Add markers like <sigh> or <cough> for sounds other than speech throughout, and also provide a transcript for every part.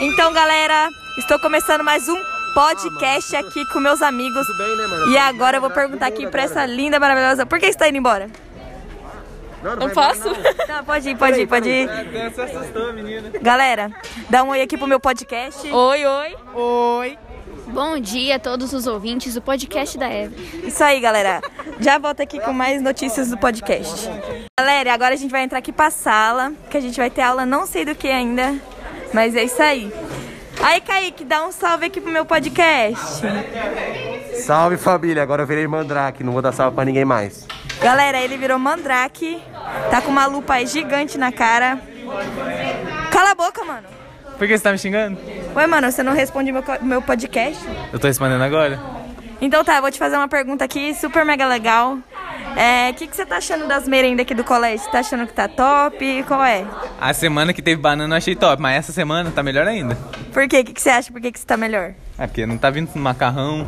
Então, galera, estou começando mais um podcast aqui com meus amigos. Tudo bem, né, mano? E agora eu vou perguntar aqui pra essa linda, maravilhosa. Por que você tá indo <laughs> embora? Não <laughs> Tá, pode ir, pode ir, pode ir. É, Você assustou a menina. Galera, dá um oi aqui pro meu podcast. Oi, oi. Bom dia a todos os ouvintes do podcast da Eve. Isso aí, galera. Já volto aqui com mais notícias do podcast. Galera, agora a gente vai entrar aqui pra sala, que a gente vai ter aula não sei do que ainda, mas é isso aí. Aí, Kaique, dá um salve aqui pro meu podcast. Salve família, agora eu virei mandrake, não vou dar salve pra ninguém mais. Galera, ele virou mandrake, tá com uma lupa aí gigante na cara. Cala a boca, mano. Por que você tá me xingando? Ué, mano, você não responde meu, co- meu podcast? Eu tô respondendo agora. Então tá, eu vou te fazer uma pergunta aqui, super mega legal. É, o que, que você tá achando das merendas aqui do colégio? Você tá achando que tá top? Qual é? A semana que teve banana eu achei top, mas essa semana tá melhor ainda. Por quê? O que, que você acha? Por que, que você tá melhor? É porque não tá vindo macarrão.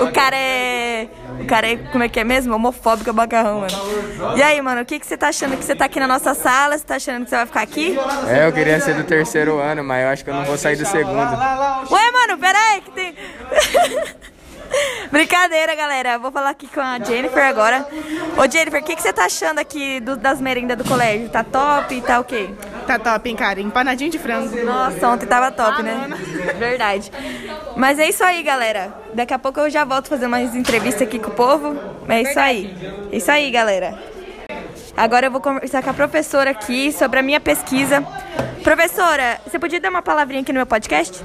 O cara é. O cara é. Como é que é mesmo? Homofóbico é macarrão, mano. E aí, mano, o que, que você tá achando? Que você tá aqui na nossa sala? Você tá achando que você vai ficar aqui? É, eu queria ser do terceiro ano, mas eu acho que eu não vou sair do segundo. Ué, mano, pera aí que tem. <laughs> Brincadeira, galera. Eu Vou falar aqui com a Jennifer agora. Ô, Jennifer, o que, que você tá achando aqui do- das merendas do colégio? Tá top? Tá ok? Tá top, hein, cara? Empanadinho de frango. Nossa, ontem tava top, né? Verdade. Mas é isso aí, galera. Daqui a pouco eu já volto fazer mais entrevista aqui com o povo. É isso aí. É isso aí, galera. Agora eu vou conversar com a professora aqui sobre a minha pesquisa. Professora, você podia dar uma palavrinha aqui no meu podcast?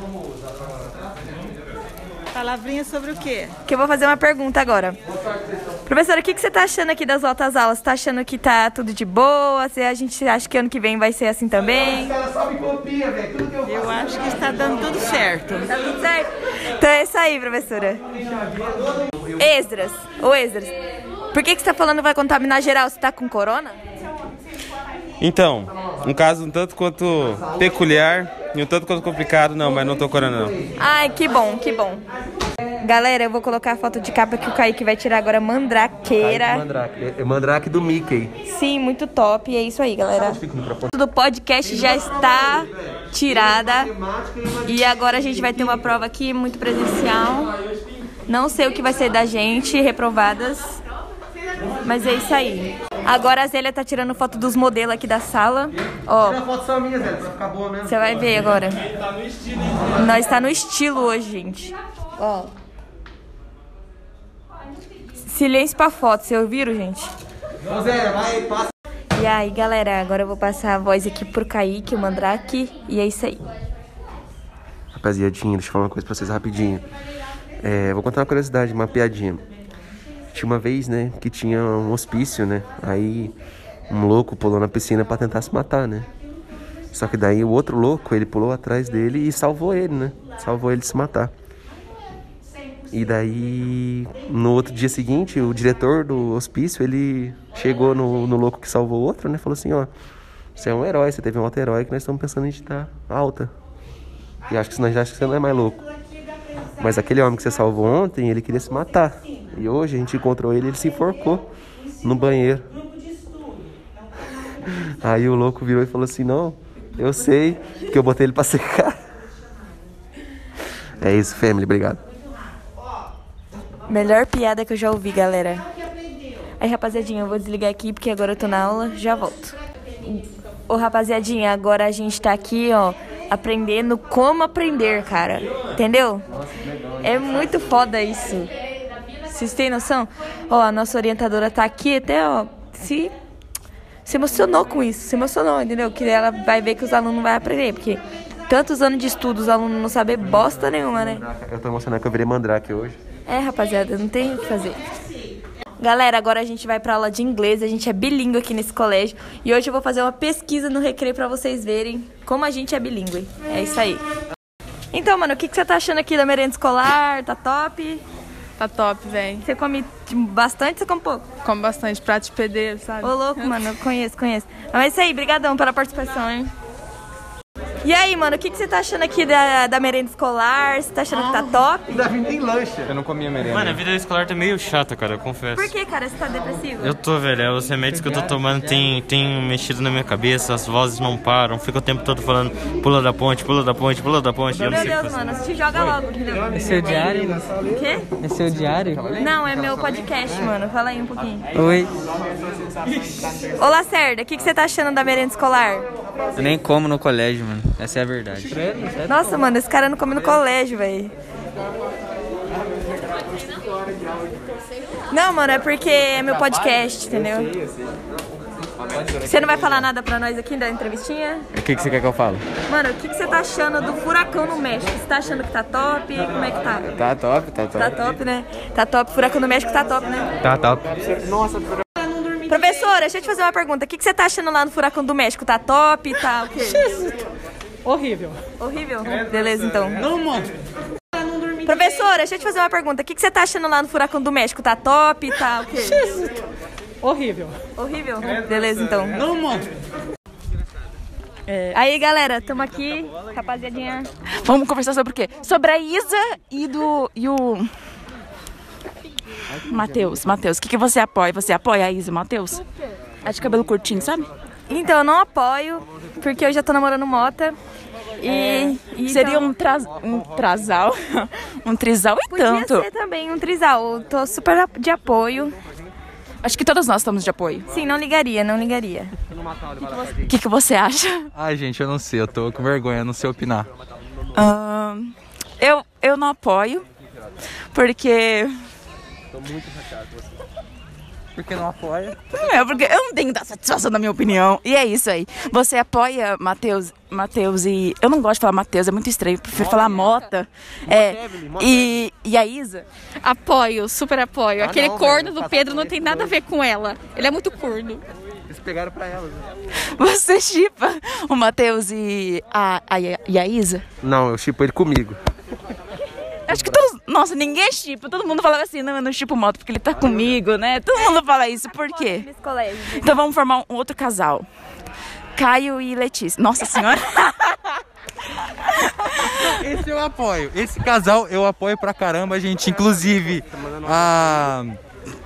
Palavrinha sobre o quê? Que eu vou fazer uma pergunta agora. Professora, o que, que você tá achando aqui das voltas às aulas? Você tá achando que tá tudo de boa? Se a gente acha que ano que vem vai ser assim também? Eu acho que está dando tudo certo. Tá tudo certo? Então é isso aí, professora. Extras. Ô, extras. Por que, que você tá falando que vai contaminar geral? Você tá com corona? Então, um caso um tanto quanto peculiar e um tanto quanto complicado, não, mas não tô corando não. Ai, que bom, que bom. Galera, eu vou colocar a foto de capa que o Kaique vai tirar agora. Mandraqueira. Mandrake, é- é mandrake do Mickey. Sim, muito top. E é isso aí, galera. Fica no microfone. do podcast já está tirada. E agora a gente vai ter uma prova aqui muito presencial. Não sei o que vai ser da gente, reprovadas. Mas é isso aí. Agora a Zélia tá tirando foto dos modelos aqui da sala. Ó, foto só minha, Zé, vai ficar boa mesmo. você vai ver agora. Nós tá no estilo hoje, gente. Ó. Silêncio pra foto, vocês ouviram, gente? Ô Zé, vai, passa. E aí, galera, agora eu vou passar a voz aqui pro Kaique, o Mandrake, e é isso aí. Rapaziadinha, deixa eu falar uma coisa pra vocês rapidinho. É, vou contar uma curiosidade, uma piadinha. Tinha uma vez, né, que tinha um hospício, né? Aí um louco pulou na piscina pra tentar se matar, né? Só que daí o outro louco, ele pulou atrás dele e salvou ele, né? Salvou ele de se matar. E daí, no outro dia seguinte, o diretor do hospício, ele chegou no, no louco que salvou o outro, né? Falou assim, ó, você é um herói, você teve um alta herói que nós estamos pensando em te dar alta. E acho que senão já acho que você não é mais louco. Mas aquele homem que você salvou ontem, ele queria se matar. E hoje a gente encontrou ele, ele se enforcou no banheiro. <laughs> Aí o louco virou e falou assim: "Não, eu sei, porque eu botei ele pra secar". É isso, family, obrigado. Melhor piada que eu já ouvi, galera. Aí, rapaziadinha, eu vou desligar aqui porque agora eu tô na aula, já volto. Ô, rapaziadinha, agora a gente tá aqui, ó, aprendendo como aprender, cara. Entendeu? É muito foda isso. Vocês têm noção? Ó, a nossa orientadora tá aqui até, ó, se se emocionou com isso, se emocionou, entendeu? Que ela vai ver que os alunos não vão aprender, porque tantos anos de estudo, os alunos não sabem bosta nenhuma, né? Eu tô emocionado que eu virei mandrake hoje. É, rapaziada, não tem o que fazer. Galera, agora a gente vai pra aula de inglês, a gente é bilíngue aqui nesse colégio. E hoje eu vou fazer uma pesquisa no recreio pra vocês verem como a gente é bilíngue. É isso aí. Então, mano, o que, que você tá achando aqui da merenda escolar? Tá top? Tá top, velho. Você come bastante, você come pouco? Como bastante prato de pedreiro, Ô, sabe? louco, mano, eu conheço, conheço. Mas é isso aí, brigadão pela participação, hein? E aí, mano, o que, que você tá achando aqui da, da merenda escolar? Você tá achando que tá top? Davi nem lancha. Eu não comia merenda. Mano, a vida escolar tá meio chata, cara, eu confesso. Por que, cara? Você tá depressivo? Eu tô, velho, é, os remédios que eu tô tomando tem, tem mexido na minha cabeça, as vozes não param, fico o tempo todo falando pula da ponte, pula da ponte, pula da ponte, e eu não Meu sei o que Deus, fazer. mano, te joga logo, Guilherme. É seu diário? O quê? É seu diário? Não, é meu podcast, mano. Fala aí um pouquinho. Oi. Ô, Lacerda, o que, que você tá achando da merenda escolar? Eu nem como no colégio, mano. Essa é a verdade. Nossa, mano, esse cara não come no colégio, velho. Não, mano, é porque é meu podcast, entendeu? Você não vai falar nada pra nós aqui da entrevistinha? O que, que você quer que eu fale? Mano, o que, que você tá achando do furacão no México? Você tá achando que tá top? Como é que tá? Tá top, tá top. Tá top, né? Tá top, furacão no México tá top, é né? Tá top. Professora, deixa eu te fazer uma pergunta. O que, que você tá achando lá no furacão do México? Tá top? Tá o quê? Horrível. Horrível? Beleza, então. Não, mano. Professora, deixa eu te fazer uma pergunta. O que, que você tá achando lá no furacão do México? Tá top? Tá o quê? Horrível. Horrível? Beleza, então. Não, mano. Aí, galera, estamos aqui, rapaziadinha. Vamos conversar sobre o quê? Sobre a Isa e do e o Matheus, Matheus, o que, que você apoia? Você apoia a Isa, Matheus? A É de cabelo curtinho, sabe? Então, eu não apoio, porque eu já tô namorando Mota. E, e Seria então, um, tras, um trasal, <laughs> um trisal e Podia tanto. ser também um trisal. Eu tô super de apoio. Acho que todos nós estamos de apoio. Sim, não ligaria, não ligaria. O que, que você acha? Ai, gente, eu não sei. Eu tô com vergonha, não sei opinar. Ahn, eu, eu não apoio, porque... Porque não apoia? Não é, porque eu não tenho que dar satisfação da minha opinião. E é isso aí. Você apoia Matheus, Matheus e. Eu não gosto de falar Matheus, é muito estranho. Eu prefiro falar Mota. É. E, e a Isa? <laughs> Apoio, super apoio. Aquele Ah, não, corno velho, do passa Pedro não por tem isso nada a ver com ela. Ele é muito corno. Eles pegaram pra elas. Né? Você chipa o Matheus e a, a, e a Isa? Não, eu chipo ele comigo. Acho que todos. Nossa, ninguém chipa. Todo mundo falava assim, não, eu não chipo o Mota porque ele tá comigo, né? Todo mundo fala isso. Por quê? Miss Colégio. Então vamos formar um outro casal. Caio e Letícia. Nossa senhora! Esse eu apoio. Esse casal eu apoio pra caramba, gente. Inclusive, a.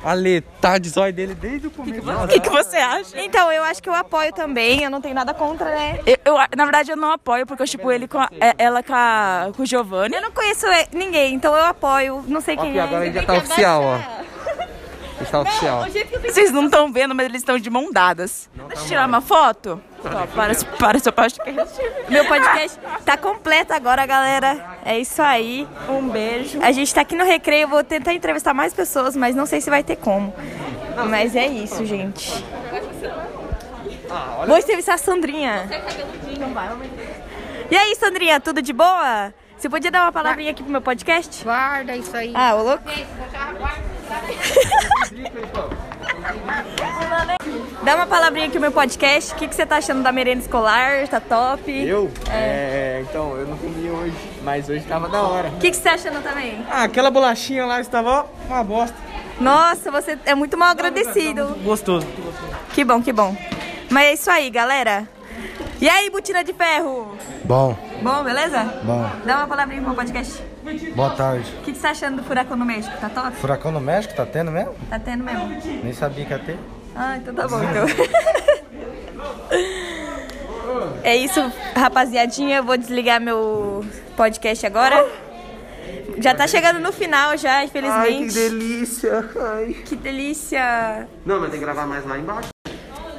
A Lê tá de zóio dele desde o começo. O que, que você acha? Então, eu acho que eu apoio também, eu não tenho nada contra, né? Eu, eu, na verdade, eu não apoio, porque eu tipo ele com a- é- ela com, a, com o Giovanni. Eu não conheço é, ninguém, então eu apoio, não sei quem Aqui, agora é. a gente já tá oficial, ó. Ele tá oficial. Vocês não estão vendo, mas eles estão de mão dadas. Deixa eu tirar uma foto? Só para, para o seu <laughs> podcast. Meu podcast tá completo agora, galera. É isso aí. Um beijo. A gente tá aqui no recreio, eu vou tentar entrevistar mais pessoas, mas não sei se vai ter como. Mas é isso, gente. Vou entrevistar a Sandrinha. E aí, Sandrinha, tudo de boa? Você podia dar uma palavrinha aqui pro meu podcast? Guarda isso aí. Ah, ô louco. Dá uma palavrinha aqui no meu podcast. O que, que você tá achando da merenda escolar? Tá top? Eu? É. então, eu não comi hoje, mas hoje tava da hora. O que, que você tá achando também? Ah, aquela bolachinha lá estava ó, uma bosta. Nossa, você é muito mal agradecido. Gostoso. Que bom, que bom. Mas é isso aí, galera. E aí, botina de ferro? Bom, Bom, beleza? bom. Dá uma palavrinha pro meu podcast. Boa tarde. O que, que você tá achando do furacão no México? Tá top? Furacão no México tá tendo mesmo? Tá tendo mesmo? Nem sabia que ia ter. Ah, então tá bom, então. <laughs> É isso, rapaziadinha. Eu vou desligar meu podcast agora. Já tá chegando no final, já, infelizmente. delícia. Ai. que delícia. Não, mas tem que gravar mais lá embaixo.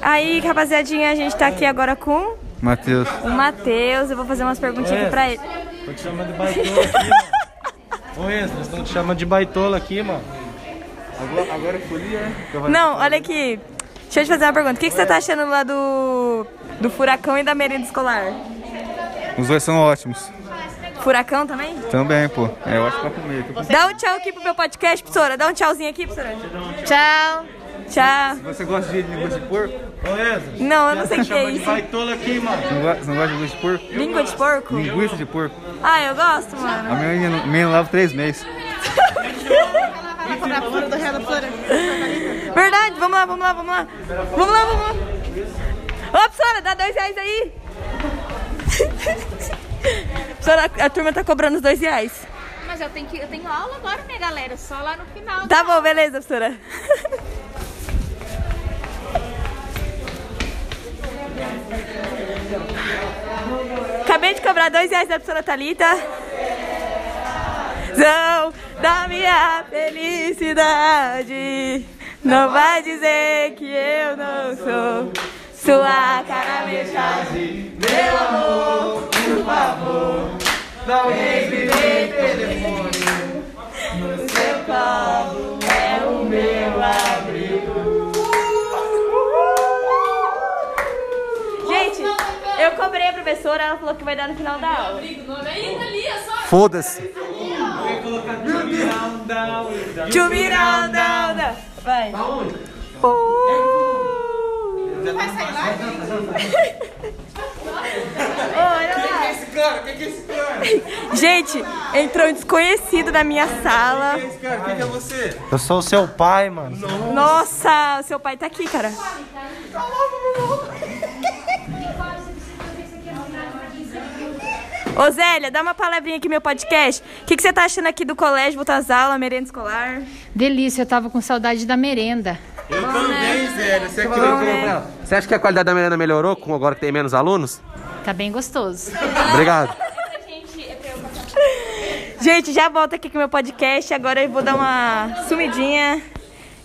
Aí, rapaziadinha, a gente tá aqui agora com Matheus. o Matheus. Eu vou fazer umas perguntinhas aqui pra ele. Tô te chamando de baitola aqui, mano. Ô, Ezra, estão te chamando de baitola aqui, mano. Agora, agora é folia. Não, olha aqui. Deixa eu te fazer uma pergunta. O que, que você tá achando lá do, do furacão e da merenda escolar? Os dois são ótimos. Furacão também? Também, pô. É ótimo pra comer. Se Dá um tchau aqui pro meu podcast, professora. Dá um tchauzinho aqui, professora. Tchau. Tchau. você gosta de negócio de porco? Ô, Ezra, Não, eu não sei o que é chamando de isso. baitola aqui, mano. Não gosta, não gosta de negócio de porco? Língua de porco? Linguiça tipo, de porco. Ah, eu gosto, mano. A minha não- minha não lava três meses. Verdade, vamos lá, vamos lá, vamos lá. <laughs> Vamos lá, vamos lá. Ô, professora, dá dois reais aí. Senhora, a turma tá cobrando os dois reais. Mas eu tenho, que, eu tenho aula agora, né, galera? Só lá no final. Tá bom, beleza, professora. Acabei de cobrar dois reais da professora Thalita. Zão da minha felicidade. Não vai dizer que eu não sou sua caramejade. Meu amor, por favor, não me telefone. No seu colo é o meu abrigo. Gente, eu cobrei a professora, ela falou que vai dar no final da aula. Foda-se. Tchumirão, não, não. Vai. Uh. Vai sair lá, Olha lá. esse cara? O que é esse cara? Gente, entrou um desconhecido na minha sala. Cara, quem que é você? Eu sou o seu pai, mano. Nossa, seu pai tá aqui, cara. Ô Zélia, dá uma palavrinha aqui no meu podcast. O que, que você tá achando aqui do colégio, voltar às aulas, merenda escolar? Delícia, eu tava com saudade da merenda. Também, Zé. Você é que Bom, né? Você acha que a qualidade da merenda melhorou com agora que tem menos alunos? Tá bem gostoso. Obrigado. Gente, já volto aqui com o meu podcast. Agora eu vou dar uma sumidinha.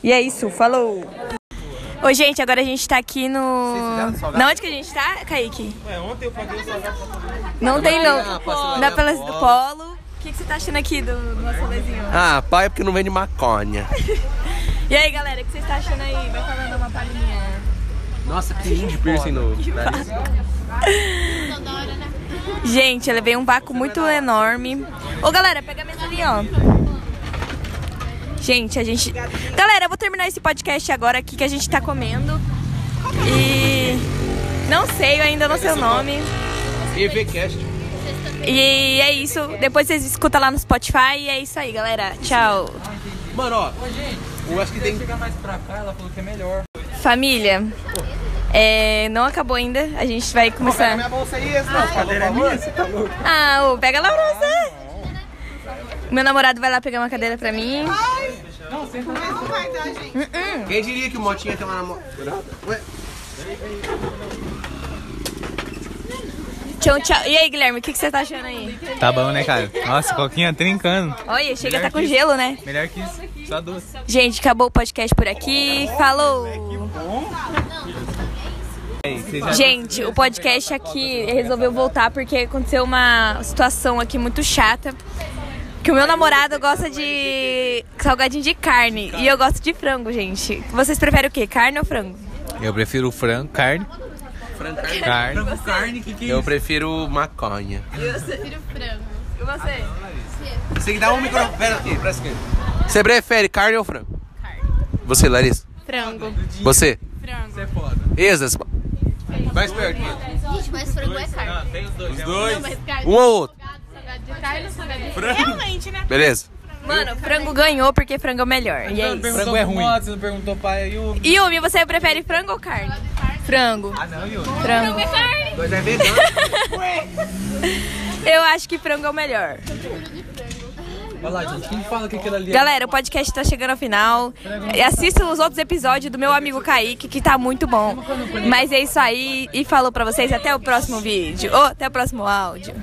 E é isso, falou! Ô, gente, agora a gente tá aqui no. Na onde que a gente tá, Kaique? Ué, É, ontem eu paguei o salgado. Não tem, não. Na Palácio do Polo. Polo. O que, que você tá achando aqui do do nosso rolezinho? Ah, pai, é porque não vende maconha. E aí, galera, o que vocês estão achando aí? Vai falando uma palhinha. Nossa, que de piercing no nariz. Gente, eu levei um vácuo muito enorme. Ô, galera, pega a mesa ali, ó. Gente, a gente... Galera, eu vou terminar esse podcast agora aqui que a gente tá comendo. E... Não sei, eu ainda não sei o nome. EVCast. E é isso. Depois vocês escutam lá no Spotify. E é isso aí, galera. Tchau. Mano, ó. Eu acho que tem que chegar mais pra cá, ela falou que é melhor. Família, é, não acabou ainda. A gente vai Pega começar... minha bolsa aí, essa não. Cadeira é minha, você tá louco? Ah, ô, pega lá pra você. Meu namorado vai lá pegar uma cadeira pra mim. Não, senta Mas não vai dar, gente. Quem diria que o Motinha tem uma namorada? Ué, Tchau, tchau. E aí, Guilherme, o que, que você tá achando aí? Tá bom, né, cara? Nossa, coquinha trincando. Olha, chega, tá com gelo, né? Melhor que isso. Só doce. Gente, acabou o podcast por aqui. Falou! Gente, o podcast aqui resolveu voltar porque aconteceu uma situação aqui muito chata. Que o meu namorado gosta de salgadinho de carne e eu gosto de frango, gente. Vocês preferem o quê? Carne ou frango? Eu prefiro frango, carne. Frango, Carne. Frango, carne, que que é Eu Eu prefiro maconha. prefiro frango. E você? Você que dá um microfone. Pera aqui, presta aqui. Você prefere carne ou frango? Carne. Você, Larissa? Frango. Você? Frango. Você é foda. Exas? Mais perto. Gente, mas frango é carne. Tem os dois. Não, mas carne- Um ou outro? Salgado de carne ou salgado de Frango. Realmente, né? Beleza. Mano, frango ganhou porque frango é o melhor. E é isso. Frango é ruim. Você não perguntou pai e o. Yumi, você prefere frango ou carne? Frango. Ah, não, Yuri. Frango. Dois <laughs> é vegano. Eu acho que frango é o melhor. Olha lá, gente. Quem fala que aquilo ali é- Galera, o podcast tá chegando ao final. E Assista os outros episódios do meu amigo Kaique, que tá muito bom. Mas é isso aí. E falou pra vocês até o próximo vídeo. Ou até o próximo áudio.